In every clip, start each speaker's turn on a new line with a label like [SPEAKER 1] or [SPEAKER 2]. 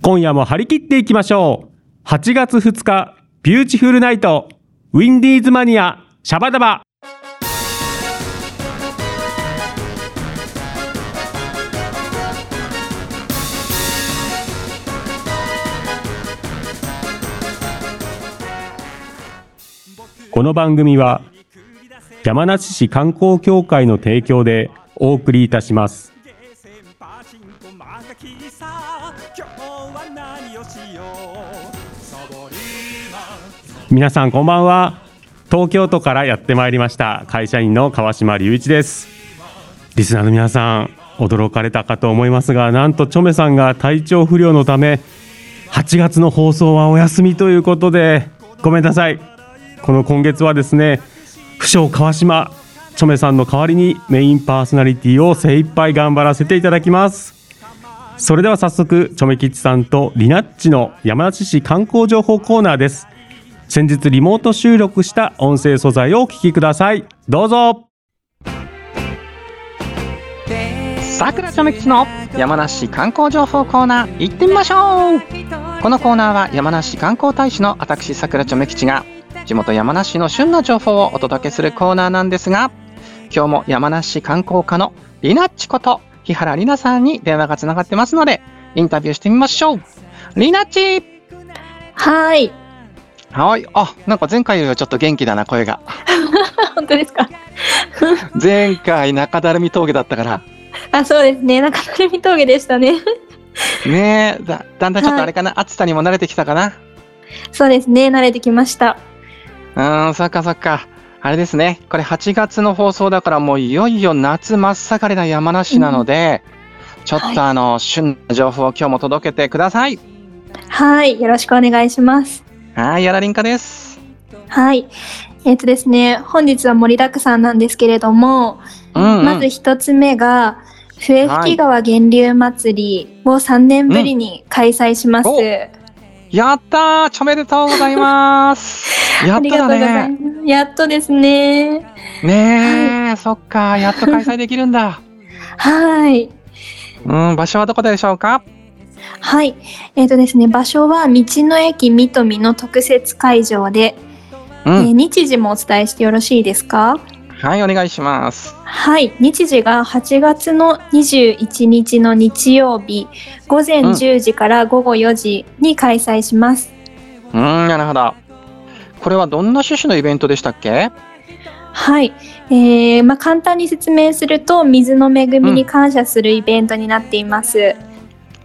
[SPEAKER 1] 今夜も張り切っていきましょう。8月2日、ビューティフルナイト、ウィンディーズマニア、シャバダバ。この番組は、山梨市観光協会の提供でお送りいたします。
[SPEAKER 2] ゲーセンパチンコマガキさ今日は何をしようサボリーマン
[SPEAKER 1] 皆さんこんばんは東京都からやってまいりました会社員の川島隆一ですリスナーの皆さん驚かれたかと思いますがなんとチョメさんが体調不良のため8月の放送はお休みということでごめんなさいこの今月はですね不詳川島チョメさんの代わりにメインパーソナリティを精一杯頑張らせていただきますそれでは早速チョメキッチさんとリナッチの山梨市観光情報コーナーです先日リモート収録した音声素材をお聞きくださいどうぞ
[SPEAKER 3] さくらちょめきちの山梨市観光情報コーナー行ってみましょうこのコーナーは山梨市観光大使の私さくらちょめきちが地元山梨市の旬な情報をお届けするコーナーなんですが今日も山梨市観光課のりなっちこと日原りなさんに電話がつながってますのでインタビューしてみましょうりなっち
[SPEAKER 4] はい。
[SPEAKER 3] はいあなんか前回よりはちょっと元気だな声が
[SPEAKER 4] 本当ですか
[SPEAKER 3] 前回中だるみ峠だったから
[SPEAKER 4] あ、そうですね。中垂水峠でしたね。
[SPEAKER 3] ねえだだんだんちょっとあれかな、暑さにも慣れてきたかな
[SPEAKER 4] そうですね。慣れてきました。
[SPEAKER 3] うーん、そっかそっか。あれですね。これ8月の放送だからもういよいよ夏真っ盛りな山梨なので、ちょっとあの、旬な情報を今日も届けてください。
[SPEAKER 4] はい。よろしくお願いします。
[SPEAKER 3] はい、やらりんかです。
[SPEAKER 4] はい。えっ、とですね、本日は盛りだくさんなんですけれども、
[SPEAKER 3] うん、うん。
[SPEAKER 4] まず一つ目が、笛吹川源流祭りを3年ぶりに開催します。
[SPEAKER 3] うんおやったーちょめでとうございます。や
[SPEAKER 4] あ
[SPEAKER 3] っと
[SPEAKER 4] りがとう
[SPEAKER 3] だ
[SPEAKER 4] ござい
[SPEAKER 3] ね。
[SPEAKER 4] ます。やっとですね。
[SPEAKER 3] ねえ、そっか。やっと開催できるん だ。
[SPEAKER 4] はい。
[SPEAKER 3] うん、場所はどこでしょうか
[SPEAKER 4] はい。えっ、とですね、場所は道の駅三富の特設会場で、
[SPEAKER 3] う
[SPEAKER 4] えー
[SPEAKER 3] ん。
[SPEAKER 4] 日時もお伝えしてよろしいですか
[SPEAKER 3] はい、お願いします。
[SPEAKER 4] はい、日時が8月の21日の日曜日午前
[SPEAKER 3] うん
[SPEAKER 4] 10時から午後4時に開催します。
[SPEAKER 3] うん、なるほど。これはどんな趣旨のイベントでしたっけ
[SPEAKER 4] はい、えーまあ、簡単に説明すると水の恵みに感謝するイベントになっています。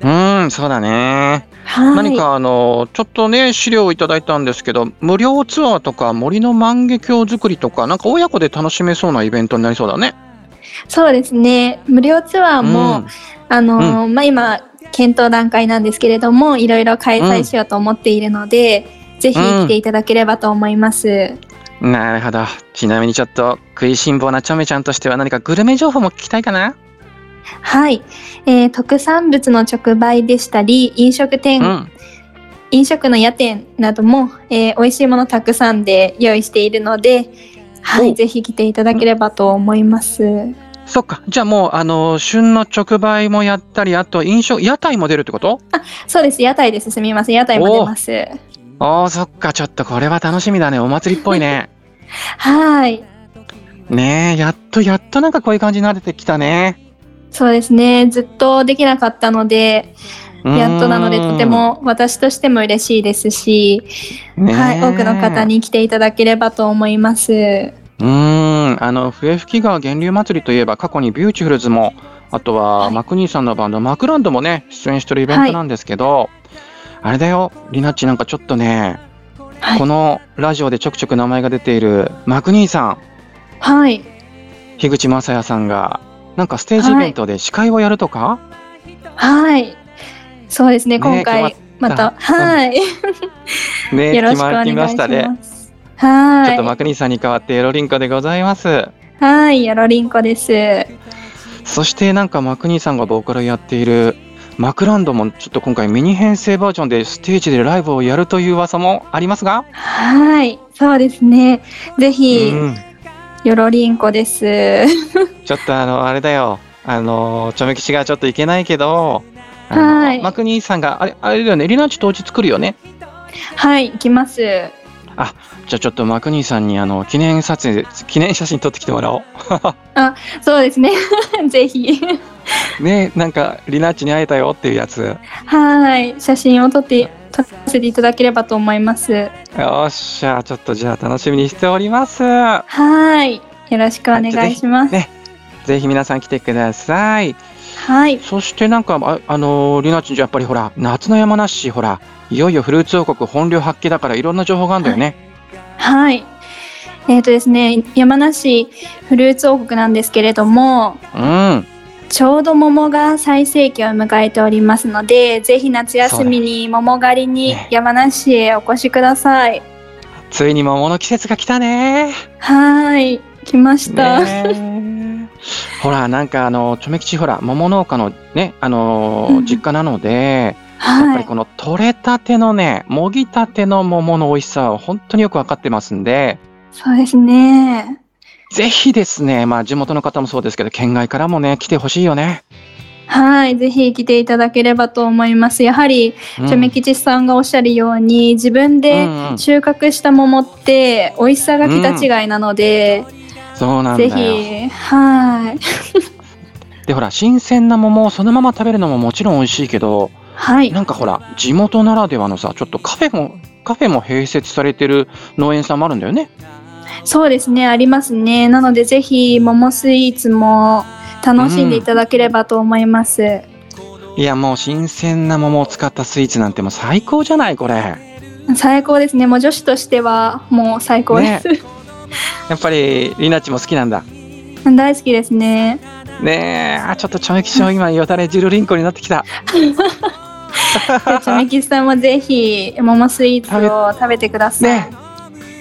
[SPEAKER 3] うん、そうだね。
[SPEAKER 4] はい、
[SPEAKER 3] 何かあのちょっとね資料をいただいたんですけど無料ツアーとか森の万華鏡作りとかなんか親子で楽しめそうなイベントになりそうだね。
[SPEAKER 4] そうですね無料ツアーも、
[SPEAKER 3] うん
[SPEAKER 4] あのーまあ、今検討段階なんですけれどもいろいろ開催しようと思っているので、ぜひ来ていただければと思います。
[SPEAKER 3] なるほどちなみにちょっと食いしん坊なちょめちゃんとしては何かグルメ情報も聞きたいかな
[SPEAKER 4] はい、えー特産物の直売でしたり飲食店、
[SPEAKER 3] うん
[SPEAKER 4] 飲食の夜店なども、えー美味しいものたくさんで用意しているので、は
[SPEAKER 3] お
[SPEAKER 4] い、ぜひ来ていただければと思います。
[SPEAKER 3] そっかじゃあもうあの旬の直売もやったりあと飲食屋台も出るってこと
[SPEAKER 4] そうです、屋台です。すみません、屋台も出ます。
[SPEAKER 3] あーそっかちょっとこれは楽しみだねお祭りっぽい ね
[SPEAKER 4] はい、
[SPEAKER 3] ねえやっとやっとなんかこういう感じになれてきたね
[SPEAKER 4] そうですね。ずっとできなかったので、
[SPEAKER 3] うん
[SPEAKER 4] やっとなのでとても私としても嬉しいですし、
[SPEAKER 3] ねえ
[SPEAKER 4] はい、多くの方に来ていただければと思います。
[SPEAKER 3] うーん、あの笛吹川源流祭りといえば過去にビューティフルズもあとはマクニーさんのバンドマクランドもね出演してるイベントなんですけど、あれだよリナッチなんかちょっとね、
[SPEAKER 4] はい
[SPEAKER 3] このラジオでちょくちょく名前が出ているマクニーさん
[SPEAKER 4] はい、
[SPEAKER 3] 樋口雅也さんがなんかステージイベントで司会をやるとか、
[SPEAKER 4] はい、そうですね。
[SPEAKER 3] ね
[SPEAKER 4] 今回ま
[SPEAKER 3] まった
[SPEAKER 4] た、はい、
[SPEAKER 3] ね
[SPEAKER 4] よろしく
[SPEAKER 3] 決
[SPEAKER 4] お
[SPEAKER 3] ま
[SPEAKER 4] 願い
[SPEAKER 3] り
[SPEAKER 4] し
[SPEAKER 3] ましたね。
[SPEAKER 4] ます。は
[SPEAKER 3] ち
[SPEAKER 4] い。
[SPEAKER 3] ょっとマクニーさんに代わってエロリンコでございます。
[SPEAKER 4] はい、やろりんこです。
[SPEAKER 3] そしてなんかマクニーさんがボーカルやっているマクランドもちょっと今回ミニ編成バージョンでステージでライブをやるという噂もありますが、
[SPEAKER 4] はい、そうですね。ぜひ、
[SPEAKER 3] うん
[SPEAKER 4] よろりんこです。
[SPEAKER 3] ちょっとあのあれだよあのちょめきちがちょっといけないけどあの
[SPEAKER 4] はい
[SPEAKER 3] マクニーさんが、あれ、あれだよね、リナッチ当日来るよね。
[SPEAKER 4] はい、行きます。
[SPEAKER 3] じゃあちょっとマクニーさんに、あの、記念撮影、記念写真撮ってきてもらお
[SPEAKER 4] そうですね。 ぜひ。
[SPEAKER 3] う。ねなんか、リナッチに会えたよっていうやつ。よ
[SPEAKER 4] はい、写真を撮って、撮らせていただければと思います。
[SPEAKER 3] っしゃ、ちょっとじゃあ楽しみにしております。
[SPEAKER 4] はい、よろしくお願いします。
[SPEAKER 3] ぜひ皆さん来てください。
[SPEAKER 4] はい、
[SPEAKER 3] そしてなんか、あ、あのーりなちんじゃやっぱりほら、夏の山梨、ほら、いよいよフルーツ王国本領発揮だからいろんな情報があるんだよね。
[SPEAKER 4] はい。えっ、とですね、山梨フルーツ王国なんですけれども、
[SPEAKER 3] うん。
[SPEAKER 4] ちょうど桃が最盛期を迎えておりますので、ぜひ夏休みに桃狩りに
[SPEAKER 3] ね
[SPEAKER 4] 山梨へお越しください。
[SPEAKER 3] ついに桃の季節が来たね。
[SPEAKER 4] はい、来ました。
[SPEAKER 3] ねえほら、なんかあの、ちょめきちほら、桃農家のね、あのー
[SPEAKER 4] うん
[SPEAKER 3] 実家なので、やっぱ
[SPEAKER 4] は
[SPEAKER 3] り
[SPEAKER 4] い、
[SPEAKER 3] この取れたてのね、もぎたての桃の美味しさを本当によくわかってますんで、
[SPEAKER 4] そうですね。
[SPEAKER 3] ぜひですね、まあ地元の方もそうですけど、県外からもね、来てほしいよね。
[SPEAKER 4] はい、ぜひ来ていただければと思います。やはり、
[SPEAKER 3] うん
[SPEAKER 4] ちょめ吉さんがおっしゃるように、自分で
[SPEAKER 3] うんうん
[SPEAKER 4] 収穫した桃って美味しさが桁違いなので、
[SPEAKER 3] そうなんだ
[SPEAKER 4] ぜ
[SPEAKER 3] よ。
[SPEAKER 4] ひ、はい、
[SPEAKER 3] でほら新鮮な桃をそのまま食べるのももちろん美味しいけど
[SPEAKER 4] はい
[SPEAKER 3] な、んかほら地元ならではのさちょっとカフェもカフェも併設されてる農園さんもあるんだよね。
[SPEAKER 4] そうですね、ありますね。なので、ぜひ桃スイーツも楽しんでいただければと思います。
[SPEAKER 3] いやもう新鮮な桃を使ったスイーツなんてもう最高じゃないこれ。や
[SPEAKER 4] 最高ですね。もう女子としてはもう最高です。
[SPEAKER 3] っぱりりなっちも好きなんだ。
[SPEAKER 4] 大好きですね。
[SPEAKER 3] ねえあちょっとちょめきしょ今よだれじるりんこになってきた。
[SPEAKER 4] でちゃめきさんもぜひ桃スイーツを食べてください。
[SPEAKER 3] ねえ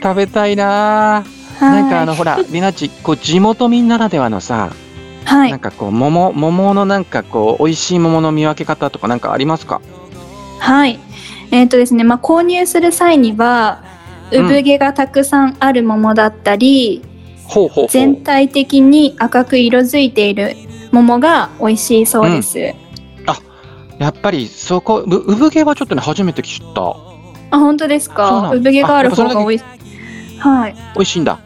[SPEAKER 3] 食べたいな
[SPEAKER 4] はい、
[SPEAKER 3] なんかあのほらりなっちこう地元民ならではのさ、
[SPEAKER 4] は
[SPEAKER 3] なん
[SPEAKER 4] い、
[SPEAKER 3] かこう桃桃のなんかこう美味しい桃の見分け方とかなんかありますか
[SPEAKER 4] はい、えっ、とですね、まあ購入する際には
[SPEAKER 3] うん
[SPEAKER 4] 産毛がたくさんある桃だったり、
[SPEAKER 3] ほうほうほう
[SPEAKER 4] 全体的に赤く色づいている桃が美味しいそうです。
[SPEAKER 3] やっぱりそこ、ぶ産毛はちょっとね、初めて知った。
[SPEAKER 4] あ、本当です
[SPEAKER 3] そうな
[SPEAKER 4] か。
[SPEAKER 3] の
[SPEAKER 4] 産毛がある方
[SPEAKER 3] あやっぱ
[SPEAKER 4] が
[SPEAKER 3] そ
[SPEAKER 4] 美味しい。はい、
[SPEAKER 3] 美味しいんだ。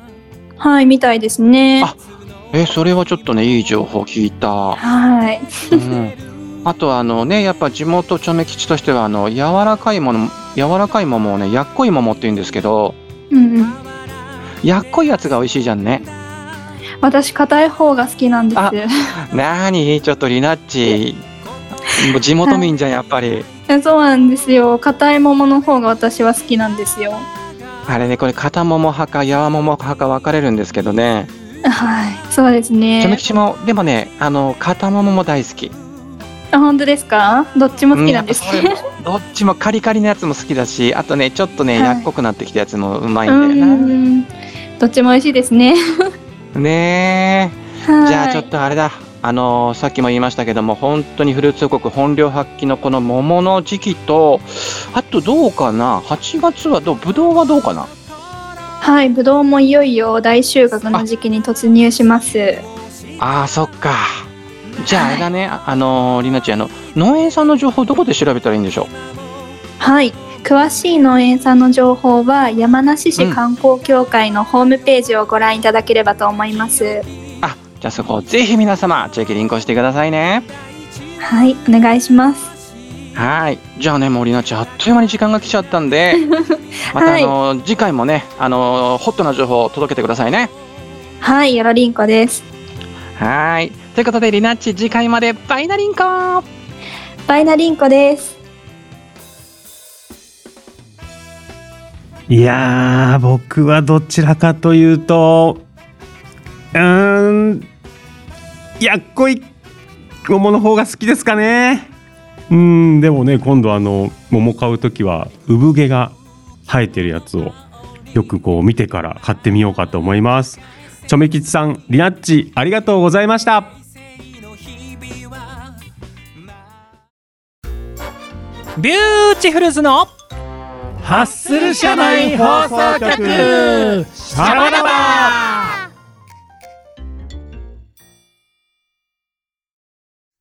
[SPEAKER 4] はい、みたいですね。
[SPEAKER 3] あえ、それはちょっとね、いい情報聞いた。
[SPEAKER 4] はい、
[SPEAKER 3] うん、 あと、あのね、やっぱ地元ちょめ吉としては、あの、柔らかいもの、柔らかい桃をね、やっこい桃って言うんですけど、
[SPEAKER 4] うんうん、
[SPEAKER 3] やっこいやつが美味しいじゃんね。
[SPEAKER 4] 私硬い方が好きなんです。
[SPEAKER 3] あなーに、ちょっとリナッチ。もう地元民じゃん、やっぱり。
[SPEAKER 4] そうなんですよ。硬い桃の方が私は好きなんですよ。
[SPEAKER 3] あれね、これ、片桃派か、やわ桃派か分かれるんですけどね。
[SPEAKER 4] はい、そうです
[SPEAKER 3] ちょめ
[SPEAKER 4] ね。
[SPEAKER 3] 吉も、でもね、あの、片桃も大好き。
[SPEAKER 4] あ、本当ですか。どっちも好きなんです
[SPEAKER 3] う
[SPEAKER 4] け
[SPEAKER 3] ん
[SPEAKER 4] ど。
[SPEAKER 3] やっぱそれどっちもカリカリのやつも好きだしあとねちょっとね、
[SPEAKER 4] はい
[SPEAKER 3] やっこくなってきたやつもうまい
[SPEAKER 4] うん
[SPEAKER 3] だよね
[SPEAKER 4] ん、どっちも美味しいですね。
[SPEAKER 3] ねえ
[SPEAKER 4] はい
[SPEAKER 3] じゃあちょっとあれだあのーさっきも言いましたけども本当にフルーツ王国本領発揮のこの桃の時期とあとどうかな8月はどうぶどうはどうかな
[SPEAKER 4] はい、ぶどうもいよいよ大収穫の時期に突入します。
[SPEAKER 3] あーそっかじゃああれだね、あのーりなちゃんあの農園さんの情報どこで調べたらいいんでしょう
[SPEAKER 4] はい、詳しい農園さんの情報は山梨市観光協会のホームページをご覧いただければと思います。
[SPEAKER 3] あじゃあそこをぜひ皆様チェックリンクをしてくださいね
[SPEAKER 4] はい、お願いします。
[SPEAKER 3] はい。じゃあね、もうりなちゃん、あっという間に時間が来ちゃったんで、また、あの次回もね、あのホットな情報を届けてくださいね。
[SPEAKER 4] はい、よろりんこです。
[SPEAKER 3] はい。ということで、りなっち、次回まで、バイナリンコ
[SPEAKER 4] バイナりんこです。
[SPEAKER 1] いやー、僕はどちらかというと、うーん、やっこい桃の方が好きですかね。うん、でもね、今度あの、桃買うときは、産毛が生えてるやつを、よくこう見てから買ってみようかと思います。ちょめきちさん、りなっち、ありがとうございました。
[SPEAKER 2] ビューティフルズの
[SPEAKER 1] ハッスル
[SPEAKER 2] 社内放送局
[SPEAKER 1] シャバダバ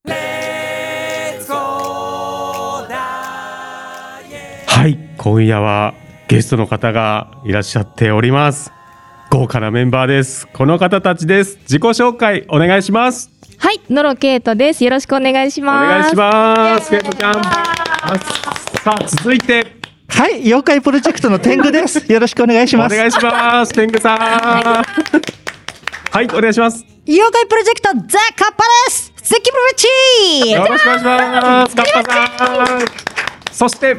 [SPEAKER 2] レッツゴー
[SPEAKER 1] はい、今夜はゲストの方がいらっしゃっております。豪華なメンバーです。この方たちです。自己紹介お願いします。
[SPEAKER 5] はい、ノロケイトです。よろしくお願いし
[SPEAKER 1] お
[SPEAKER 5] ます。
[SPEAKER 1] 願いします。
[SPEAKER 5] イエ
[SPEAKER 1] ケ
[SPEAKER 5] ーイ
[SPEAKER 1] イトちゃん。さあ、続いて
[SPEAKER 6] はい、妖怪プロジェクトの天狗 です。よろしくお願いし
[SPEAKER 1] お
[SPEAKER 6] ます。
[SPEAKER 1] 願いします。天狗さん。はい、お願いします。
[SPEAKER 7] 妖怪プロジェクトザ・カッパです関ブルチ
[SPEAKER 1] よろしくお願いします。カッパさん。そして、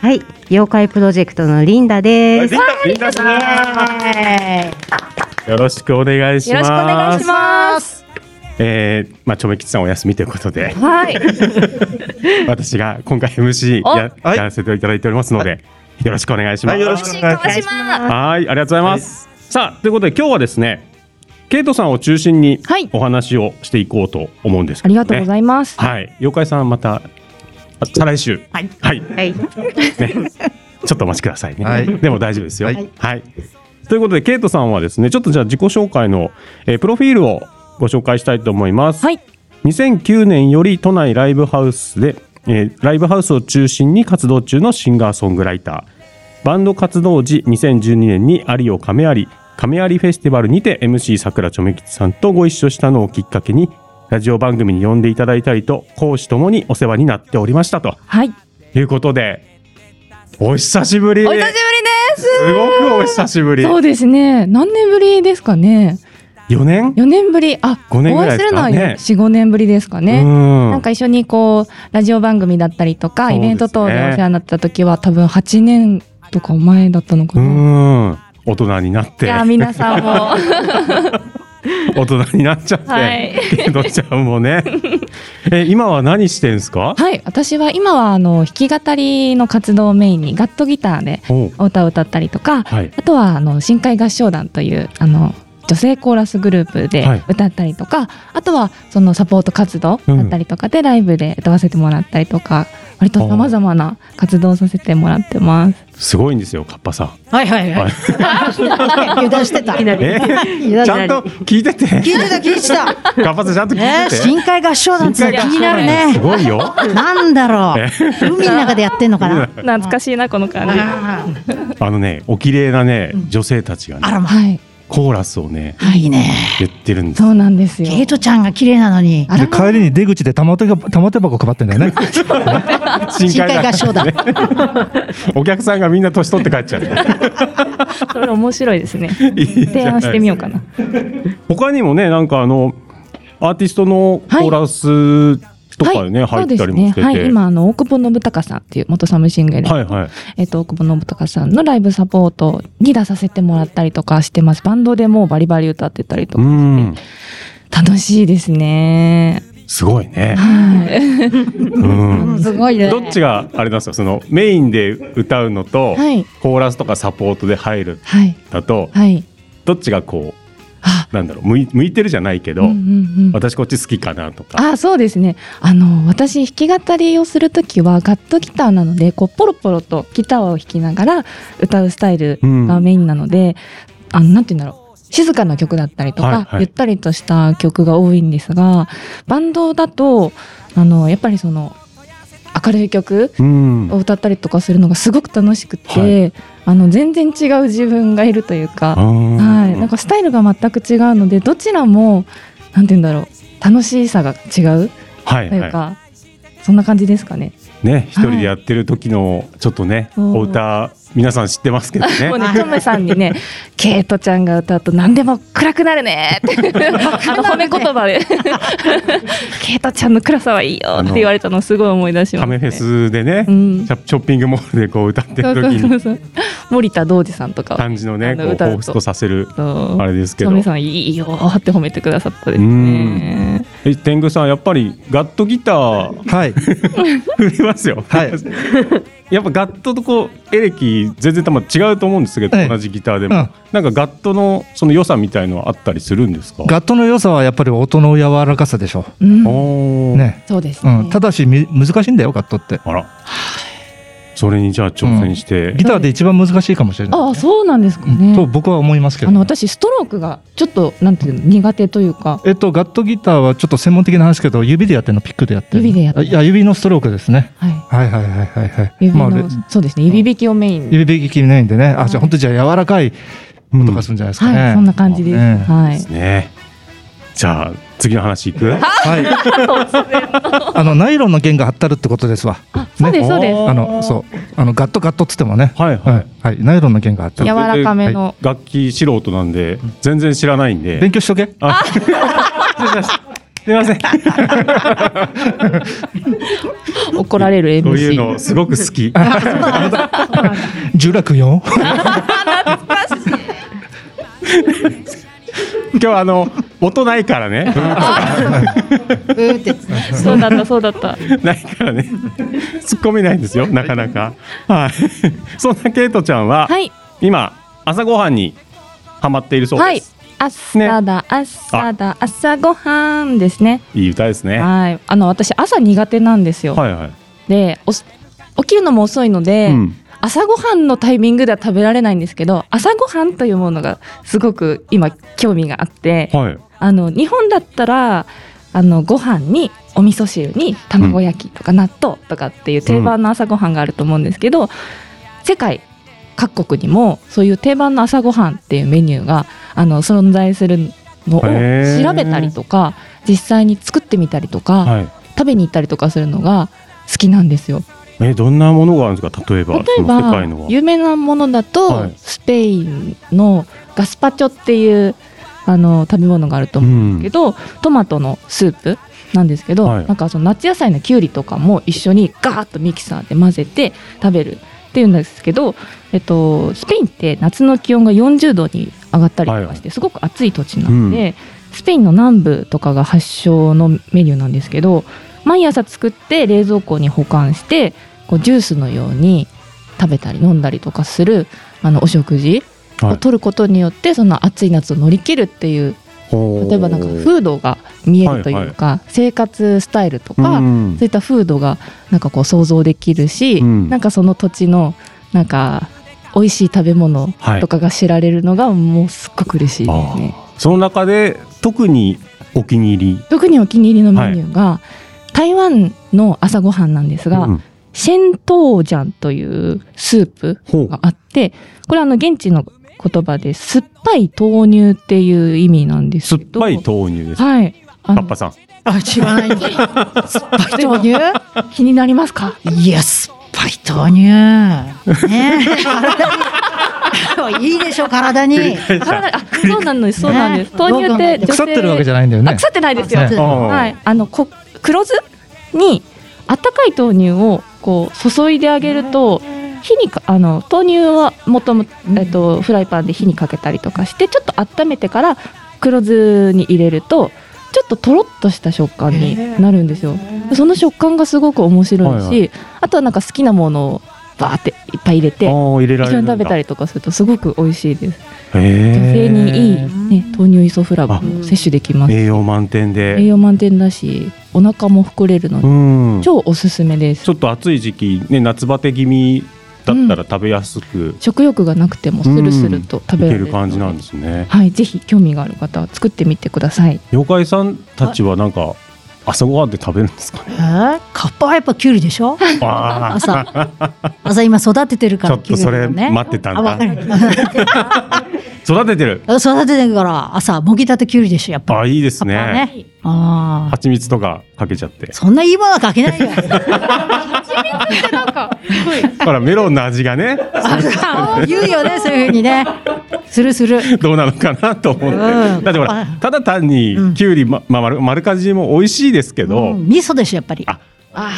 [SPEAKER 8] はい、妖怪プロジェクトのリンダ
[SPEAKER 1] リ
[SPEAKER 8] で
[SPEAKER 1] ン
[SPEAKER 8] す。
[SPEAKER 1] ダ、リンダさ
[SPEAKER 8] はい
[SPEAKER 1] ん。よろしくお願いします。
[SPEAKER 5] よろしくお願いします。
[SPEAKER 1] えー、まあ、ちょめきちさんお休みということで、
[SPEAKER 5] はい、
[SPEAKER 1] 私が今回 MC
[SPEAKER 5] お
[SPEAKER 1] や
[SPEAKER 6] はい
[SPEAKER 1] やらせていただいておりますので、よろしくお願いしま
[SPEAKER 6] は
[SPEAKER 1] す。
[SPEAKER 6] い、よろしくお願いします。
[SPEAKER 5] 川島。
[SPEAKER 1] はい、ありがとうございます。さあ、ということで今日はですね、ケイトさんを中心に
[SPEAKER 5] はい
[SPEAKER 1] お話をしていこうと思うんです
[SPEAKER 5] あ
[SPEAKER 1] けど、
[SPEAKER 5] り
[SPEAKER 1] ね。
[SPEAKER 5] がとうござ
[SPEAKER 1] い
[SPEAKER 5] います。
[SPEAKER 1] はい、妖怪さんまた、あ再来週。
[SPEAKER 8] はい
[SPEAKER 1] はい。ね、
[SPEAKER 8] はい、
[SPEAKER 1] ちょっとお待ちくださいね。
[SPEAKER 6] はい
[SPEAKER 1] でも大丈夫ですよ。は
[SPEAKER 6] はいい。
[SPEAKER 1] ということで、ケイトさんはですね、ちょっとじゃあ自己紹介の、えープロフィールをご紹介したいと思います。
[SPEAKER 5] はい、
[SPEAKER 1] 2009年より都内ライブハウスで、えーライブハウスを中心に活動中のシンガーソングライターバンド活動時2012年にアリオ亀有亀有フェスティバルにて MC さくらちょめきちさんとご一緒したのをきっかけにラジオ番組に呼んでいただいたりと講師ともにお世話になっておりましたと
[SPEAKER 5] はい、
[SPEAKER 1] いうことでお久しぶり
[SPEAKER 5] お久しぶりです。
[SPEAKER 1] すごくお久しぶり
[SPEAKER 5] そうですね。何年ぶりですかね。
[SPEAKER 1] 4年
[SPEAKER 5] 四年ぶり。あ、
[SPEAKER 1] 五年ぐらい
[SPEAKER 5] お会いするのは
[SPEAKER 1] ですかね
[SPEAKER 5] 四五年ぶりですか
[SPEAKER 1] う
[SPEAKER 5] ね。
[SPEAKER 1] ん
[SPEAKER 5] なんか一緒にこうラジオ番組だったりと
[SPEAKER 1] そう
[SPEAKER 5] か、
[SPEAKER 1] です
[SPEAKER 5] イ
[SPEAKER 1] ね
[SPEAKER 5] ベント等でお世話になった時は多分八年とか前だったのか
[SPEAKER 1] う
[SPEAKER 5] な。
[SPEAKER 1] ん大人になっ
[SPEAKER 5] い
[SPEAKER 1] て
[SPEAKER 5] や皆さんも
[SPEAKER 1] 大人になっちゃって、
[SPEAKER 5] はい
[SPEAKER 1] けどちゃんも ねえ今は何してんすか
[SPEAKER 5] はい私は今はあの弾き語りの活動をメインにガットギターで
[SPEAKER 1] おう
[SPEAKER 5] お歌を歌ったりとか、
[SPEAKER 1] はい
[SPEAKER 5] あとはあの深海合唱団というあの女性コーラスグループで
[SPEAKER 1] はい
[SPEAKER 5] 歌ったりとか、あとはそのサポート活動だったりとかでライブで歌わせてもらったりとか、割と様々な活動をさせてもらってます。
[SPEAKER 1] すごいんですよカッパさん
[SPEAKER 7] はいはい
[SPEAKER 1] はい
[SPEAKER 7] はい。油断してた。聞い
[SPEAKER 1] えちゃんと聞いてて
[SPEAKER 7] てた聞いてた。
[SPEAKER 1] カッパさんちゃんと聞
[SPEAKER 7] ね
[SPEAKER 1] いてて
[SPEAKER 7] 深海合唱団って気になる
[SPEAKER 1] す
[SPEAKER 7] ね。
[SPEAKER 1] ごいよ
[SPEAKER 7] なんだろう。海の中でやってんのかな。
[SPEAKER 5] 懐かしいなこの感じ。
[SPEAKER 7] あ
[SPEAKER 1] あのねお綺麗なね女性たちが
[SPEAKER 7] あ
[SPEAKER 1] ね
[SPEAKER 7] らま。
[SPEAKER 5] はい、
[SPEAKER 1] コーラスをね
[SPEAKER 7] いいね。
[SPEAKER 1] 言ってるんです
[SPEAKER 5] そうなんですよ。
[SPEAKER 7] ケイトちゃんが綺麗なのに。
[SPEAKER 5] あら
[SPEAKER 6] で帰りに出口で玉手が玉手箱配ってんだよ ね。
[SPEAKER 7] 深海合唱団。
[SPEAKER 1] お客さんがみんな年取って帰っちゃう
[SPEAKER 5] それ面白いです ね。
[SPEAKER 1] いいじゃない
[SPEAKER 5] 提案してみようかな。
[SPEAKER 1] 他にもねなんかあのアーティストのコーラスとかね、
[SPEAKER 5] そう
[SPEAKER 1] 入っ
[SPEAKER 5] で
[SPEAKER 1] た
[SPEAKER 5] す
[SPEAKER 1] りも
[SPEAKER 5] ね。
[SPEAKER 1] してて、
[SPEAKER 5] はい、今あの大久保信孝さんっていう元サムシングル、
[SPEAKER 1] はいはい
[SPEAKER 5] えっと、大久保信孝さんのライブサポートに出させてもらったりとかしてます。バンドでもうバリバリ歌ってたりと
[SPEAKER 1] う
[SPEAKER 5] か。
[SPEAKER 1] ん
[SPEAKER 5] 楽しいですね。
[SPEAKER 1] すごいね、
[SPEAKER 5] はい。
[SPEAKER 1] うん
[SPEAKER 7] すごいね
[SPEAKER 1] どっちがあれなんですかそのメインで歌うのと、
[SPEAKER 5] はい
[SPEAKER 1] コーラスとかサポートで入る
[SPEAKER 5] はい。
[SPEAKER 1] だと、
[SPEAKER 5] はい。
[SPEAKER 1] どっちがこ
[SPEAKER 5] あ、
[SPEAKER 1] うなんだろう向い向いてるじゃないけど、
[SPEAKER 5] うんうんうん。
[SPEAKER 1] 私こっち好きかなとか
[SPEAKER 5] あ、そうですね。あの、私、弾き語りをするときは、ガットギターなので、こう、ポロポロとギターを弾きながら歌うスタイルがメインなので、あの、なんて言うんだろう。静かな曲だったりとか、
[SPEAKER 1] はいはい
[SPEAKER 5] ゆったりとした曲が多いんですが、バンドだと、あの、やっぱりその、明るい曲
[SPEAKER 1] うん
[SPEAKER 5] を歌ったりとかするのがすごく楽しくて、
[SPEAKER 1] は
[SPEAKER 5] あの全然違う自分がいるというか、
[SPEAKER 1] うん
[SPEAKER 5] はい、なんかスタイルが全く違うのでどちらもなんて言うんだろう楽しさが違う
[SPEAKER 1] はい
[SPEAKER 5] というか、
[SPEAKER 1] は
[SPEAKER 5] そんな感じですかね。
[SPEAKER 1] いね一人でやってる時のちょっとね、
[SPEAKER 5] うん
[SPEAKER 1] お歌皆さん知ってますけどね
[SPEAKER 5] もうね、トムさんに ね、ケイトちゃんが歌うと何でも暗くなるねって、 あの褒め言葉で、ケイトちゃんの暗さはいいよって言われたのをすごい思い出します、
[SPEAKER 1] カ
[SPEAKER 5] ね。
[SPEAKER 1] メフェスでね、
[SPEAKER 5] うん
[SPEAKER 1] シャショッピングモールでこう歌って
[SPEAKER 5] そう
[SPEAKER 1] る時
[SPEAKER 5] そうそ
[SPEAKER 1] に
[SPEAKER 5] うそう森田童子さんとかを
[SPEAKER 1] 感じのね
[SPEAKER 5] あの
[SPEAKER 1] こう
[SPEAKER 5] 歌うと
[SPEAKER 1] 彷彿とさせる
[SPEAKER 5] そう
[SPEAKER 1] あれですけ
[SPEAKER 5] ト
[SPEAKER 1] ど
[SPEAKER 5] ミさんいいよーって褒めてくださったですね。
[SPEAKER 1] え天狗さんやっぱりガットギター
[SPEAKER 6] はい。
[SPEAKER 1] 振りますよ。
[SPEAKER 6] はい
[SPEAKER 1] やっぱガットとこうエレキ全然多分違うと思うんですけど、
[SPEAKER 6] ええ
[SPEAKER 1] 同じギターでも、
[SPEAKER 6] うん
[SPEAKER 1] なんかガットのその良さみたいのはあったりするんですか。
[SPEAKER 6] ガットの良さはやっぱり音の柔らかさでしょ
[SPEAKER 5] うん
[SPEAKER 1] おー
[SPEAKER 6] う。ね。
[SPEAKER 5] そうです
[SPEAKER 6] う
[SPEAKER 5] ね。
[SPEAKER 6] ん。ただしみ難しいんだよガットって。
[SPEAKER 1] あら。それにじゃあ挑戦して、
[SPEAKER 6] ギターで一番難しいかもしれない
[SPEAKER 5] ああそうなんですか
[SPEAKER 6] うんと
[SPEAKER 5] ね。
[SPEAKER 6] 僕は思いますけ
[SPEAKER 5] あの
[SPEAKER 6] ど
[SPEAKER 5] 私ストロークがちょっとなんていうの苦手というか。
[SPEAKER 6] えっとガットギターはちょっと専門的な話ですけど指でやってるのピックでやってる
[SPEAKER 5] 指でやって
[SPEAKER 6] あ
[SPEAKER 5] る
[SPEAKER 6] いや指のストロークですね
[SPEAKER 5] はい。
[SPEAKER 6] はいはいはいはいはい
[SPEAKER 5] 指の、
[SPEAKER 6] まあれ
[SPEAKER 5] そうですね指弾きをメインに。
[SPEAKER 6] 指できないんでねあ
[SPEAKER 5] はい
[SPEAKER 6] じゃあ本当にじゃあ柔らかい音がするんじゃないですかね、
[SPEAKER 5] はいそんな感じです。
[SPEAKER 6] ね
[SPEAKER 5] は
[SPEAKER 1] です
[SPEAKER 5] い。
[SPEAKER 1] ねじゃあ次の話いく
[SPEAKER 6] はい。あのナイロンの弦が張ったるってことですわ。
[SPEAKER 5] あそうですそうです。
[SPEAKER 1] おー
[SPEAKER 6] あのそうあのガットガットっつってもね。
[SPEAKER 1] はいは
[SPEAKER 6] はいいはいナイロンの弦が張った
[SPEAKER 5] 柔
[SPEAKER 6] る。
[SPEAKER 5] らかめの。
[SPEAKER 1] 楽器素人なんで全然知らないんで
[SPEAKER 6] 勉強しとけ。
[SPEAKER 1] あ失礼しましたすみません
[SPEAKER 5] 怒られる MC。
[SPEAKER 1] そういうのすごく好 き
[SPEAKER 6] 重楽よ。
[SPEAKER 1] 今日あの音ないからね
[SPEAKER 5] そうだったそうだった。
[SPEAKER 1] ないからね突っ込めないんですよなかなかはい そんなケイトちゃんは、
[SPEAKER 5] はい
[SPEAKER 1] 今朝ごはんにハマっているそう
[SPEAKER 5] はい
[SPEAKER 1] です、。
[SPEAKER 5] 朝だ朝だ朝ごはんですね。
[SPEAKER 1] いい歌ですねは
[SPEAKER 5] はい。あの私朝苦手なんです
[SPEAKER 1] い
[SPEAKER 5] よ。
[SPEAKER 1] はい、
[SPEAKER 5] でおす起きるのも遅いので。
[SPEAKER 1] うん、
[SPEAKER 5] 朝ごはんのタイミングでは食べられないんですけど朝ごはんというものがすごく今興味があって
[SPEAKER 1] はい
[SPEAKER 5] あの日本だったらあのご飯にお味噌汁に卵焼きとか納豆とかっていう定番の朝ごはんがあると思うんですけど、世界各国にもそういう定番の朝ごはんっていうメニューがあの存在するのを
[SPEAKER 1] へー
[SPEAKER 5] 調べたりとか実際に作ってみたりとか、
[SPEAKER 1] はい
[SPEAKER 5] 食べに行ったりとかするのが好きなんですよ。
[SPEAKER 1] えどんなものがあるんですか例えば
[SPEAKER 5] 例え
[SPEAKER 1] その世界の
[SPEAKER 5] ば
[SPEAKER 1] は
[SPEAKER 5] 有名なものだと、
[SPEAKER 1] はい
[SPEAKER 5] スペインのガスパチョっていうあの食べ物があると
[SPEAKER 1] う
[SPEAKER 5] 思うん
[SPEAKER 1] ん
[SPEAKER 5] ですけど、トマトのスープなんですけど、
[SPEAKER 1] はい
[SPEAKER 5] なんかその夏野菜のきゅうりとかも一緒にガーッとミキサーで混ぜて食べるっていうんですけど、えっと、スペインって夏の気温が40度に上がったりとかして、すごく暑い土地なので、スペインの南部とかが発祥のメニューなんですけど毎朝作って冷蔵庫に保管してこうジュースのように食べたり飲んだりとかするあのお食事
[SPEAKER 1] は
[SPEAKER 5] を
[SPEAKER 1] い
[SPEAKER 5] 取ることによって、その暑い夏を乗り切るっていう例えばなんか風土が見えるというか、生活スタイルとか、
[SPEAKER 1] うん
[SPEAKER 5] そういった風土がなんかこう想像できるし、
[SPEAKER 1] うん
[SPEAKER 5] なんかその土地のなんか美味しい食べ物
[SPEAKER 1] はい
[SPEAKER 5] とかが知られるのがもうすっごく嬉しいですね。
[SPEAKER 1] あーその中で特にお気に入り
[SPEAKER 5] 特にお気に入りのメニューが、台湾の朝ごはんなんですが、
[SPEAKER 1] うん
[SPEAKER 5] シェントウジャンというスープ
[SPEAKER 1] ほう
[SPEAKER 5] があって、これあの現地の言葉で酸っぱい豆乳っていう意味なんです
[SPEAKER 1] 酸っ
[SPEAKER 5] けど。
[SPEAKER 1] ぱい豆乳です
[SPEAKER 5] はい。あ
[SPEAKER 1] カ
[SPEAKER 5] の
[SPEAKER 1] ッパさん
[SPEAKER 7] あ、知らないんだ。酸っぱい豆乳
[SPEAKER 5] 気になりますか
[SPEAKER 7] いや、酸っぱい豆乳。ねえ体に。いい でしょ、体に。
[SPEAKER 5] 体あそうなんです、そうなんです。
[SPEAKER 7] ね
[SPEAKER 5] 豆乳って女性
[SPEAKER 6] 腐ってるわけじゃないんだよ
[SPEAKER 5] あ
[SPEAKER 6] ね。
[SPEAKER 5] 腐ってないですよ。
[SPEAKER 6] ね
[SPEAKER 1] あ
[SPEAKER 5] は
[SPEAKER 1] ー
[SPEAKER 5] い、あのこ黒酢に温かい豆乳をこう注いであげると火にかあの豆乳はもともえっとフライパンで火にかけたりとかしてちょっと温めてから黒酢に入れるとちょっととろっとした食感になるんですよ。その食感がすごく面白いし、
[SPEAKER 1] はい
[SPEAKER 5] あとはなんか好きなものをバーっていっぱい入れ
[SPEAKER 1] あ
[SPEAKER 5] て
[SPEAKER 1] ー入れら
[SPEAKER 5] 一
[SPEAKER 1] れる
[SPEAKER 5] 緒
[SPEAKER 1] ん
[SPEAKER 5] に
[SPEAKER 1] だ
[SPEAKER 5] 食べたりとかするとすごく美味しいです。
[SPEAKER 1] へー
[SPEAKER 5] 女性にいい、ね、豆乳イソフラボンを摂取できます。
[SPEAKER 1] 栄養満点
[SPEAKER 5] 栄
[SPEAKER 1] で
[SPEAKER 5] 養満点だしお腹も膨れるの
[SPEAKER 1] う
[SPEAKER 5] で
[SPEAKER 1] んちょ
[SPEAKER 5] 超おすすめです
[SPEAKER 1] っと暑い時期ね夏バテ気味だったら食べやすく
[SPEAKER 5] 食欲がなくてもスルスルと食
[SPEAKER 1] い
[SPEAKER 5] べら
[SPEAKER 1] け
[SPEAKER 5] れる,、
[SPEAKER 1] る感じなんですね
[SPEAKER 5] はいぜひ興味がある方は作ってみてください
[SPEAKER 1] 妖怪さんたちはなんか朝ごはんって食べるんですか
[SPEAKER 7] え
[SPEAKER 1] ね
[SPEAKER 7] ーカッパはやっぱキュウリで しょ
[SPEAKER 1] あー
[SPEAKER 7] 朝。朝今育ててるか
[SPEAKER 1] ちょ
[SPEAKER 7] ら、
[SPEAKER 1] っとそれ
[SPEAKER 7] キュウリをね
[SPEAKER 1] 待ってた
[SPEAKER 7] あ、
[SPEAKER 1] ん
[SPEAKER 7] わ
[SPEAKER 1] だ
[SPEAKER 7] かる。
[SPEAKER 1] 育ててる
[SPEAKER 7] 育ててるから、朝、もぎたてキュウリでしょ、やっぱり。
[SPEAKER 1] あいいです
[SPEAKER 7] カッパは
[SPEAKER 1] ね
[SPEAKER 7] ね。ああ。
[SPEAKER 1] 蜂蜜とかかけちゃって
[SPEAKER 7] そんないいものはか けないよ。
[SPEAKER 1] ほらメロンの味がね
[SPEAKER 7] 言うよね、そういうふうにね。するする。
[SPEAKER 1] どうなのかなと思って、
[SPEAKER 7] うん
[SPEAKER 1] だってほらただ単にきゅうり、ままあ、丸丸かじりも美味しいですけど、
[SPEAKER 7] うん味噌でしょ、やっぱり。
[SPEAKER 1] あ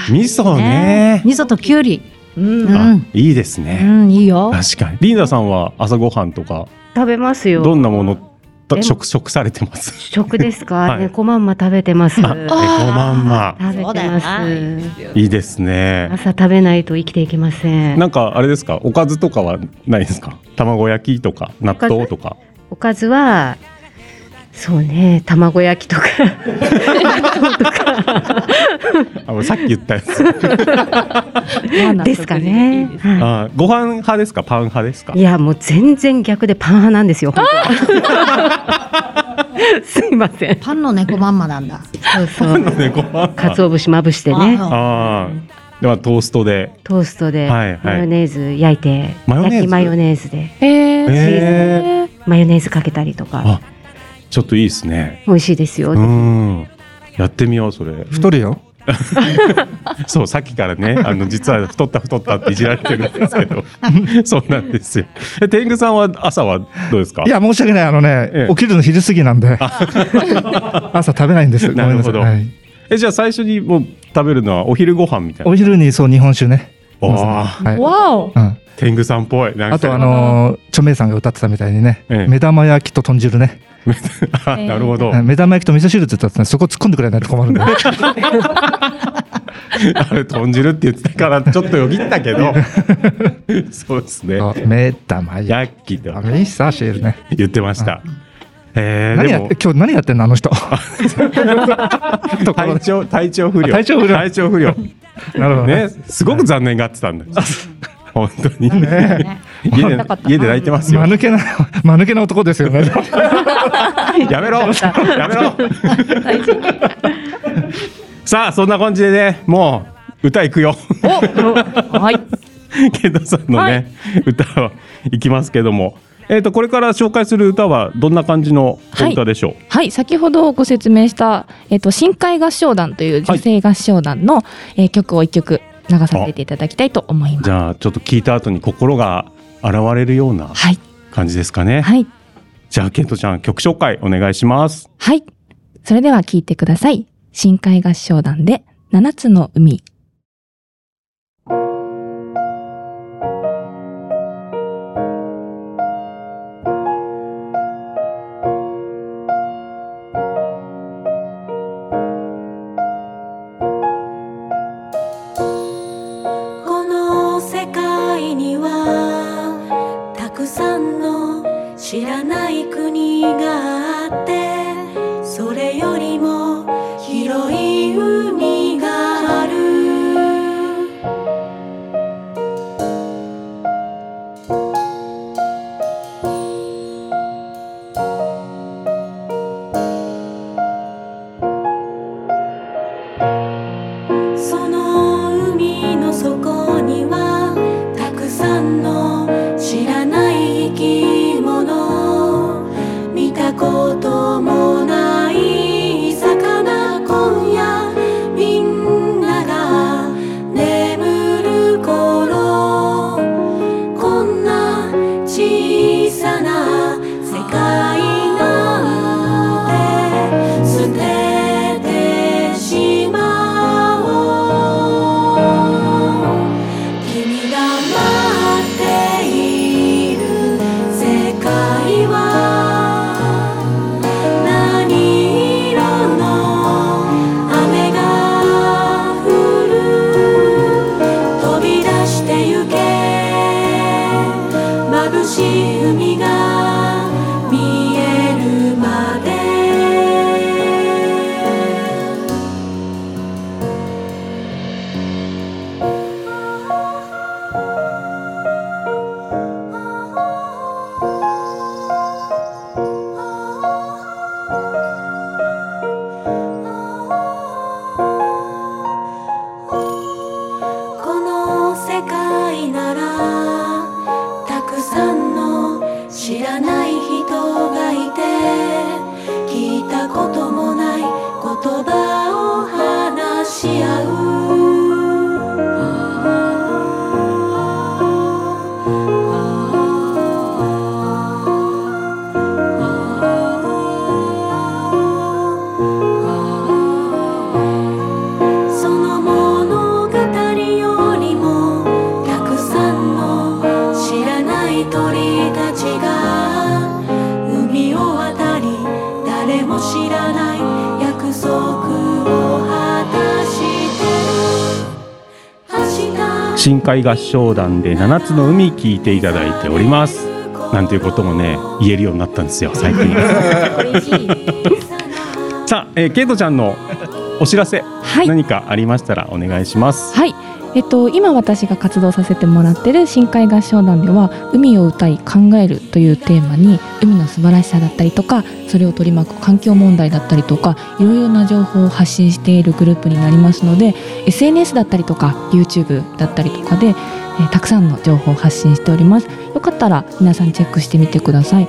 [SPEAKER 1] 味噌ね
[SPEAKER 7] ね味噌とキュウリ。うん。う
[SPEAKER 1] あ
[SPEAKER 7] ん
[SPEAKER 1] いいです
[SPEAKER 7] う
[SPEAKER 1] ね、
[SPEAKER 7] ん、いいよ。
[SPEAKER 1] 確かにリーダさんは朝ごはんとか
[SPEAKER 8] 食べますよ。
[SPEAKER 1] どんなもの
[SPEAKER 8] で
[SPEAKER 1] た
[SPEAKER 8] も
[SPEAKER 1] 食食されてます
[SPEAKER 8] 食ですか、
[SPEAKER 1] はい
[SPEAKER 8] 猫まんま食べてます。食べて
[SPEAKER 1] えごまんま
[SPEAKER 7] そうだよ
[SPEAKER 8] ま
[SPEAKER 7] な
[SPEAKER 8] す。
[SPEAKER 1] いいですね
[SPEAKER 8] 朝食べないと生きていけません。
[SPEAKER 1] なんかあれですかおかずとかはないですか卵焼きとか納豆とか
[SPEAKER 8] おかずは、そうね、卵焼きとか。
[SPEAKER 1] あもうさっき言ったやつ。
[SPEAKER 8] ですかね。は
[SPEAKER 1] あご飯派ですかパン派ですか
[SPEAKER 8] い。いや、もう全然逆でパン派なんですよ。本当は すいません。
[SPEAKER 9] パンの猫まんまなんだ。
[SPEAKER 8] そうそう。
[SPEAKER 1] ねご飯派
[SPEAKER 8] 鰹節まぶしてね。
[SPEAKER 9] あ
[SPEAKER 1] ああ。ではトーストで。
[SPEAKER 8] トーストで、
[SPEAKER 1] はいはい
[SPEAKER 8] マヨネーズ焼いて、
[SPEAKER 1] マヨネーズ
[SPEAKER 8] 焼きマヨネーズで、
[SPEAKER 5] えー、
[SPEAKER 1] え
[SPEAKER 8] マヨネーズかけたりと
[SPEAKER 1] あ
[SPEAKER 8] か、
[SPEAKER 1] ちょっといいですね。
[SPEAKER 8] 美味しいですよ。
[SPEAKER 1] うん。やってみようそれ。
[SPEAKER 6] 太るよ。
[SPEAKER 1] そうさっきから ねあの実は太った太ったっていじられてるんですけどそうなんですよえ天狗さんは朝はどうですか
[SPEAKER 6] いや、申し訳ない。あのね、
[SPEAKER 1] ええ
[SPEAKER 6] 起きるの昼過ぎな んで。朝食べないんです。ごめん
[SPEAKER 1] なる
[SPEAKER 6] な
[SPEAKER 1] ほ
[SPEAKER 6] さい。
[SPEAKER 1] ど
[SPEAKER 6] はい
[SPEAKER 1] えじゃあ最初にもう食べるのはお昼ご飯みたいな
[SPEAKER 6] お昼にそう、日本酒ね。
[SPEAKER 1] あ
[SPEAKER 6] はい。
[SPEAKER 5] わ お
[SPEAKER 6] うん
[SPEAKER 1] ー天狗さんっぽいなんか
[SPEAKER 6] あとあのー、著名さんが歌ってたみたいにね、
[SPEAKER 1] ええ
[SPEAKER 6] 目玉焼きと豚汁ね、
[SPEAKER 1] あなるほど、
[SPEAKER 6] はい目玉焼きと味噌汁って言ったらねそこ突っ込んでくれないと困るんで
[SPEAKER 1] あれ豚汁って言ってたからちょっとよぎったけど そうですね
[SPEAKER 6] そう目玉焼
[SPEAKER 1] ヤッキー
[SPEAKER 6] き
[SPEAKER 1] と
[SPEAKER 6] あれいいっすさシェールね
[SPEAKER 1] 言ってましたえー、
[SPEAKER 6] 何
[SPEAKER 1] で
[SPEAKER 6] や
[SPEAKER 1] も
[SPEAKER 6] 今日何やってんのあ の人と ころ
[SPEAKER 1] 体
[SPEAKER 6] で
[SPEAKER 1] 調体調不良
[SPEAKER 6] あ体調不良
[SPEAKER 1] 体調不 良
[SPEAKER 6] なるほどね
[SPEAKER 1] ね、すごく残念がってたんだよ。本当に。家で、家で泣いてますよ
[SPEAKER 6] 間。抜けな間抜けな男ですよね
[SPEAKER 1] や めろ、やめろ。さあ、そんな感じでね、もう歌いくよ。
[SPEAKER 5] は い。
[SPEAKER 1] ケンタさんのね、
[SPEAKER 5] は
[SPEAKER 1] 歌はいきますけども。えっ、と、これから紹介する歌はどんな感じのお歌でしょう。
[SPEAKER 5] はい、先ほどご説明した、えっ、と、深海合唱団という女性合唱団の、えー曲を一曲流させていただきたいと思います。
[SPEAKER 1] じゃあ、ちょっと聞いた後に心が洗われるような
[SPEAKER 5] はい、
[SPEAKER 1] 感じですかね。
[SPEAKER 5] はい、
[SPEAKER 1] じゃあ、ケントちゃん、曲紹介お願いします。
[SPEAKER 5] はい。それでは聴いてください。深海合唱団で、七つの海。
[SPEAKER 7] この世界にはたくさんの知らない国があってそれよりも広い海があるその海の底にはたくさんの知らない生き物見たこともない魚今夜みんなが眠る頃こんな小さな世界なんて捨ててしまおう君が待っている世界は何色の雨が降る飛び出してゆけ眩しい海が見えるまでこの世界ならたくさんの知らない人がいて聞いたこともない言葉を話し合うその物語よりもたくさんの知らない鳥たちが海を渡り誰も知らない約束を果たしてる明日
[SPEAKER 1] 深海合唱団で7つの海聞いていただいておりますなんていうこともね言えるようになったんですよ最近 さあ、えー、ケイトちゃんのお知らせ、何かありましたらお願いします
[SPEAKER 5] はいえっと、今私が活動させてもらってる深海合唱団では「海を歌い考える」というテーマに海の素晴らしさだったりとかそれを取り巻く環境問題だったりとかいろいろな情報を発信しているグループになりますので SNS だったりとか YouTube だったりとかで、えーたくさんの情報を発信しておりますよかったら皆さんチェックしてみてください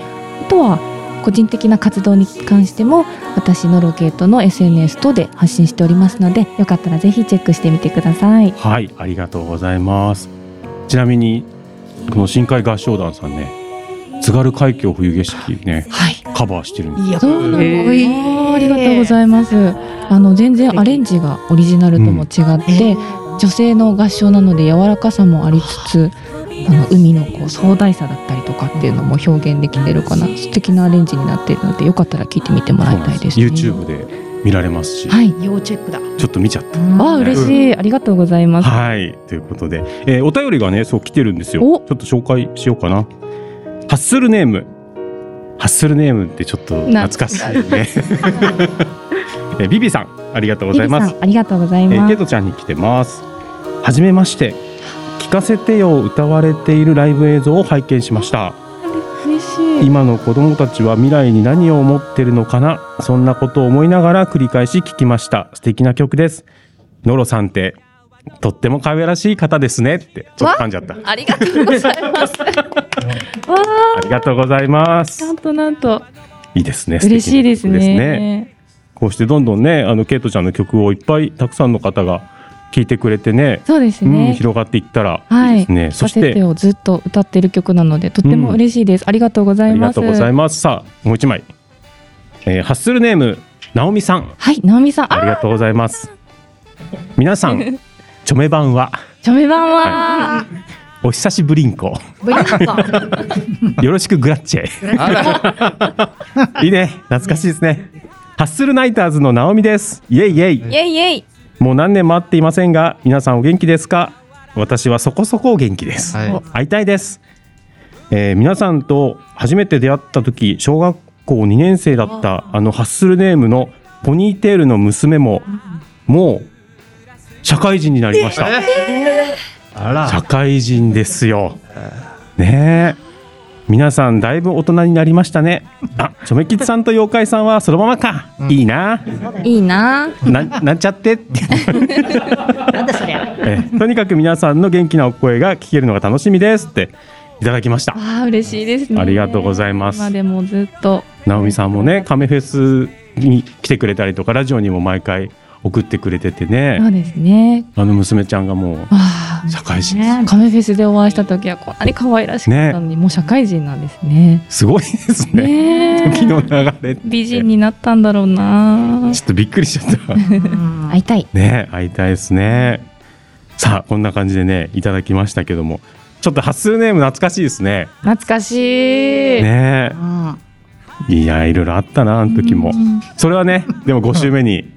[SPEAKER 5] あとは個人的な活動に関しても私のロケットの SNS 等で発信しておりますのでよかったらぜひチェックしてみてください
[SPEAKER 1] はいありがとうございますちなみにこの深海合唱団さんね津軽海峡冬景色ね、カバーしてるんです
[SPEAKER 5] そうなの、ありがとうございますあの全然アレンジがオリジナルとも違って、女性の合唱なので柔らかさもありつつあの海のこう壮大さだったりとかっていうのも表現できてるかな素敵なアレンジになっているのでよかったら聞いてみてもらいたいですね
[SPEAKER 1] YouTube で見られますし、
[SPEAKER 5] はい要チェックだ
[SPEAKER 1] ちょっと見ちゃった、
[SPEAKER 5] わあ嬉しい、ありがとうございます
[SPEAKER 1] はい、ということで、えーお便りがね、そう来てるんですよ。ちょっと紹介しようかな。ハッスルネーム。ハッスルネームってちょっと懐かしいね。 えービビさん、ありがとうございま
[SPEAKER 5] リリ
[SPEAKER 1] す
[SPEAKER 5] さん。ありがとうござい
[SPEAKER 1] えー
[SPEAKER 5] ま
[SPEAKER 1] ケ
[SPEAKER 5] す
[SPEAKER 1] イトちゃんに来てます。はじめまして。聞かせてよ歌われているライブ映像を拝見しました。
[SPEAKER 5] 嬉しい
[SPEAKER 1] 今の子供たちは未来に何を思ってるのかなそんなことを思いながら繰り返し聞きました素敵な曲ですノロさんってとっても可愛らしい方ですねってちょっと噛んじゃったあ
[SPEAKER 5] ありがとうございますわあ
[SPEAKER 1] りがとうございます
[SPEAKER 5] なんとなんと
[SPEAKER 1] いいですね
[SPEAKER 5] 嬉しいですね
[SPEAKER 1] 素敵な曲ですねこうしてどんどんねあのケイトちゃんの曲をいっぱいたくさんの方が聴いてくれてね
[SPEAKER 5] そうですね
[SPEAKER 1] ん広がっていったら
[SPEAKER 5] はい
[SPEAKER 1] いですね、そ
[SPEAKER 5] カ
[SPEAKER 1] し
[SPEAKER 5] セッ
[SPEAKER 1] て
[SPEAKER 5] トをずっと歌ってる曲なのでとっても嬉しいです、ありがとうござ
[SPEAKER 1] あ
[SPEAKER 5] い
[SPEAKER 1] り
[SPEAKER 5] ま
[SPEAKER 1] がと
[SPEAKER 5] す
[SPEAKER 1] うござい
[SPEAKER 5] ま
[SPEAKER 1] ますさあもう一枚、えーハッスルネームなおみさん
[SPEAKER 5] すはい直美さん
[SPEAKER 1] ありがとうございます。皆さ ん、チョメ版は
[SPEAKER 5] チョメ版は、
[SPEAKER 1] お久しぶりんこ。
[SPEAKER 5] ブリンコ
[SPEAKER 1] よろしくグラッチェ。 いいね、懐かしいですね。ハッスルナイターズのナオミです。イエイイエイ。
[SPEAKER 5] イエイイエイ
[SPEAKER 1] もう何年も会っていませんが、皆さんお元気ですか私はそこそこお元気です。会いたいです。えー皆さんと初めて出会った時、小学校2年生だったあのハッスルネームのポニーテールの娘も、もう社会人になりました。社会人ですよ。ねえ。皆さんだいぶ大人になりましたね。あ、チョメキッさんと妖怪さんはそのままか。いいな。
[SPEAKER 5] いいな
[SPEAKER 1] ななんちゃってって。
[SPEAKER 7] なんだそりゃ。
[SPEAKER 1] ええとにかく皆さんの元気なお声が聞けるのが楽しみですっていただきました。
[SPEAKER 5] あー嬉しいですね
[SPEAKER 1] ありがとうございます
[SPEAKER 5] 今でもずっと
[SPEAKER 1] ナオミさんもね、カメフェスに来てくれたりとか、ラジオにも毎回送ってくれてて
[SPEAKER 5] そ
[SPEAKER 1] ね。
[SPEAKER 5] うですね
[SPEAKER 1] あの娘ちゃんがも
[SPEAKER 5] あ
[SPEAKER 1] う社会人。
[SPEAKER 5] ーカメフェスでお会いした時はこんなに可愛らしかったのに、もう社会人なんですね
[SPEAKER 1] すごいですね。
[SPEAKER 5] ね
[SPEAKER 1] 時
[SPEAKER 5] え
[SPEAKER 1] の流れ。ちょ
[SPEAKER 5] 美人になったんだろうな
[SPEAKER 1] っとびっくりしちゃ った。
[SPEAKER 5] 会いたい
[SPEAKER 1] ね会いたいですねさあこんな感じでねいただきましたけどもちょっとハッスルネーム懐かしいですね
[SPEAKER 5] 懐かしい
[SPEAKER 1] ね
[SPEAKER 7] うん
[SPEAKER 1] いやいろいろあったなあの時も
[SPEAKER 5] うん
[SPEAKER 1] それはねでも5週目に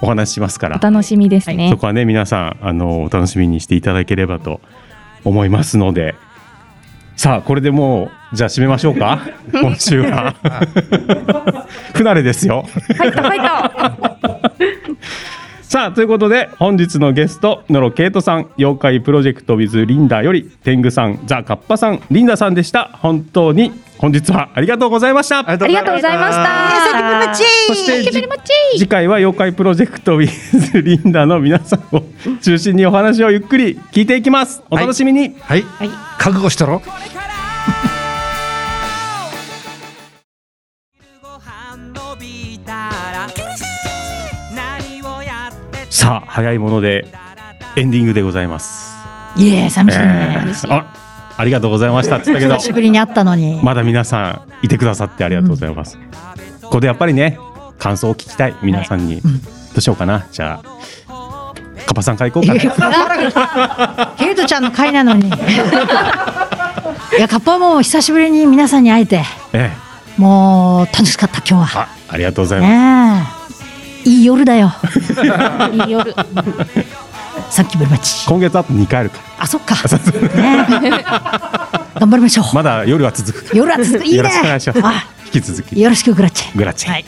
[SPEAKER 1] お話ししますか
[SPEAKER 5] お
[SPEAKER 1] ら
[SPEAKER 5] 楽しみですね、
[SPEAKER 1] そこはね皆さんあのお楽しみにしていただければと思いますのでさあこれでもうじゃあ締めましょう か今週は 不慣れですよ
[SPEAKER 5] 入った入った
[SPEAKER 1] さあということで本日のゲストノロケイトさん妖怪プロジェクト with リンダより天狗さんザカッパさんリンダさんでした本当に本日はありがとうございました
[SPEAKER 5] ありがとうございました
[SPEAKER 1] そしてじ次回は妖怪プロジェクト with リンダの皆さんを中心にお話をゆっくり聞いていきますお楽しみに、
[SPEAKER 10] はい、覚悟したろ
[SPEAKER 2] 伸びたら何をやって
[SPEAKER 1] さあ早いものでエンディングでございます、
[SPEAKER 7] いえ、寂しいね。
[SPEAKER 1] えーあありがとうございましたって言った
[SPEAKER 7] 久
[SPEAKER 1] け
[SPEAKER 7] し
[SPEAKER 1] ど
[SPEAKER 7] ぶりに会ったのに。
[SPEAKER 1] まだ皆さんいてくださってありがとうございます。ここでやっぱりね、感想を聞きたい皆さんに、どうしようかな。じゃあ、カパさんから行こうかな。
[SPEAKER 7] ケイトちゃんの会なのに。いや、カッパはもう久しぶりに皆さんに会えて、
[SPEAKER 1] ええ、
[SPEAKER 7] もう楽しかった今日は。
[SPEAKER 1] ありがとうございます。
[SPEAKER 7] ねえ。いい夜だよ。いい夜。さっきぶり待ち。
[SPEAKER 1] 今月あと2回あるか
[SPEAKER 7] あ、そっか。ねえ頑張りましょう
[SPEAKER 1] まだ夜は続くから
[SPEAKER 7] 夜は続くいいね
[SPEAKER 1] よろしくお願いします
[SPEAKER 7] あ
[SPEAKER 1] 引き続き
[SPEAKER 7] よろしくグラッチェ
[SPEAKER 1] グラッチェ
[SPEAKER 8] はい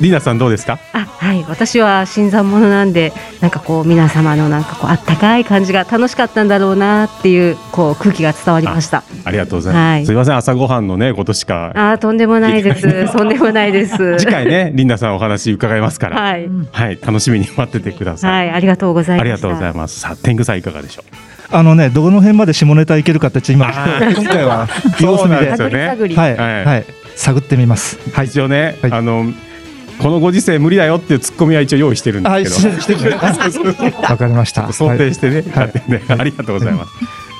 [SPEAKER 1] リーナさんどうですか
[SPEAKER 8] あはい私は新参者なんでなんかこう皆様のなんかこうあったかい感じが楽しかったんだろうなっていうこう空気が伝わりました
[SPEAKER 1] ありがとうございます、
[SPEAKER 8] はい
[SPEAKER 1] すいません朝ごはんのねことしか
[SPEAKER 8] あーとんでもないですとんでもないです
[SPEAKER 1] 次回ねリンダさんお話伺いますから
[SPEAKER 8] はい、
[SPEAKER 1] はい、楽しみに待っててください、
[SPEAKER 8] はい、ありがとうございま
[SPEAKER 1] あ
[SPEAKER 8] し
[SPEAKER 1] り
[SPEAKER 8] た
[SPEAKER 1] がとうございますさあ天狗さんいかがでしょう
[SPEAKER 10] あのね、どこの辺まで下ネタいけるかって、ちょ今、
[SPEAKER 1] ー
[SPEAKER 10] 今回は様
[SPEAKER 1] そう
[SPEAKER 10] 子見
[SPEAKER 1] なん
[SPEAKER 10] で。
[SPEAKER 1] ですよね探り探り
[SPEAKER 10] はい、
[SPEAKER 1] はい
[SPEAKER 10] はい、探ってみます。
[SPEAKER 1] はい、一応ね、あのこのご時世無理だよっていうツッコミは一応用意してるんで
[SPEAKER 10] はい、
[SPEAKER 1] すけど、
[SPEAKER 10] して きてわかりました。
[SPEAKER 1] 想定してね、やってね ありがとうございま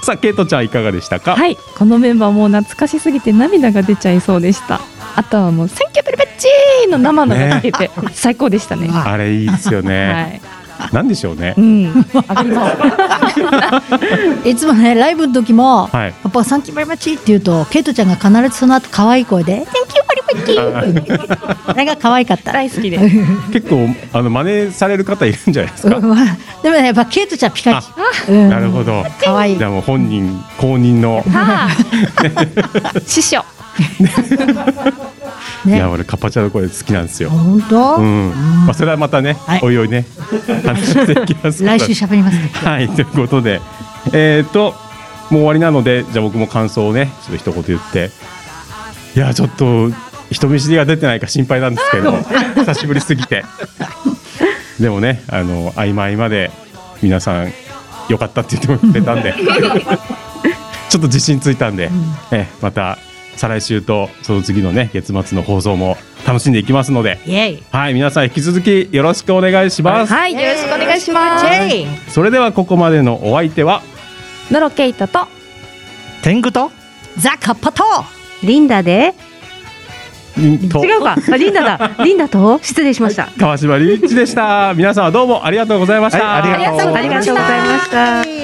[SPEAKER 1] す。さあ、ケイトちゃんいかがでしたか。
[SPEAKER 5] はい、このメンバーもう懐かしすぎて涙が出ちゃいそうでした。あとはもう、センキューベルベッチーの生のが聞けて、 最高でしたね。
[SPEAKER 1] あれいいですよ
[SPEAKER 5] はい
[SPEAKER 1] ね。なんでしょうね
[SPEAKER 5] う。ん、
[SPEAKER 7] いつもねライブの時も、
[SPEAKER 1] はい
[SPEAKER 7] やっぱ「サンキューバリバチ」って言うとケイトちゃんが必ずその後可愛い声で「Thank you very much」あれが可愛かった大好きで
[SPEAKER 1] 結構あの真似される方いるんじゃないですか。
[SPEAKER 7] でもねやっぱケイトちゃんピカチュウ、うん
[SPEAKER 1] なるほど。
[SPEAKER 7] 可愛い
[SPEAKER 1] じゃあもう本人公認の。
[SPEAKER 5] 師匠
[SPEAKER 1] いや、俺カパチャの声好きなんですよ。
[SPEAKER 7] 本当、
[SPEAKER 1] うん。まあそれはまたね、おいおいね、話していきますから。
[SPEAKER 7] 来週喋りますね
[SPEAKER 1] はい、ということで、えっ、と、もう終わりなので、じゃあ僕も感想をね、ちょっと一言言って。いや、ちょっと人見知りが出てないか心配なんです けど、久しぶりすぎて。でもね、あの合間合間で、皆さん、よかったって言ってくれたん で。ちょっと自信ついたんで、えまた再来週とその次のね月末の放送も楽しんでいきますので、
[SPEAKER 7] イエイ
[SPEAKER 1] はい皆さん引き続きよろしくお願いします。
[SPEAKER 5] はい、よろしくお願いします。
[SPEAKER 1] それではここまでのお相手は
[SPEAKER 5] ノロケイトと
[SPEAKER 10] 天狗と
[SPEAKER 7] ザカッパと
[SPEAKER 8] リンダで
[SPEAKER 1] と
[SPEAKER 8] 違うかあリンダだリンダと失礼しました
[SPEAKER 1] 川島隆一でした。皆さんどうもありがとうございました。
[SPEAKER 8] ありがとうございました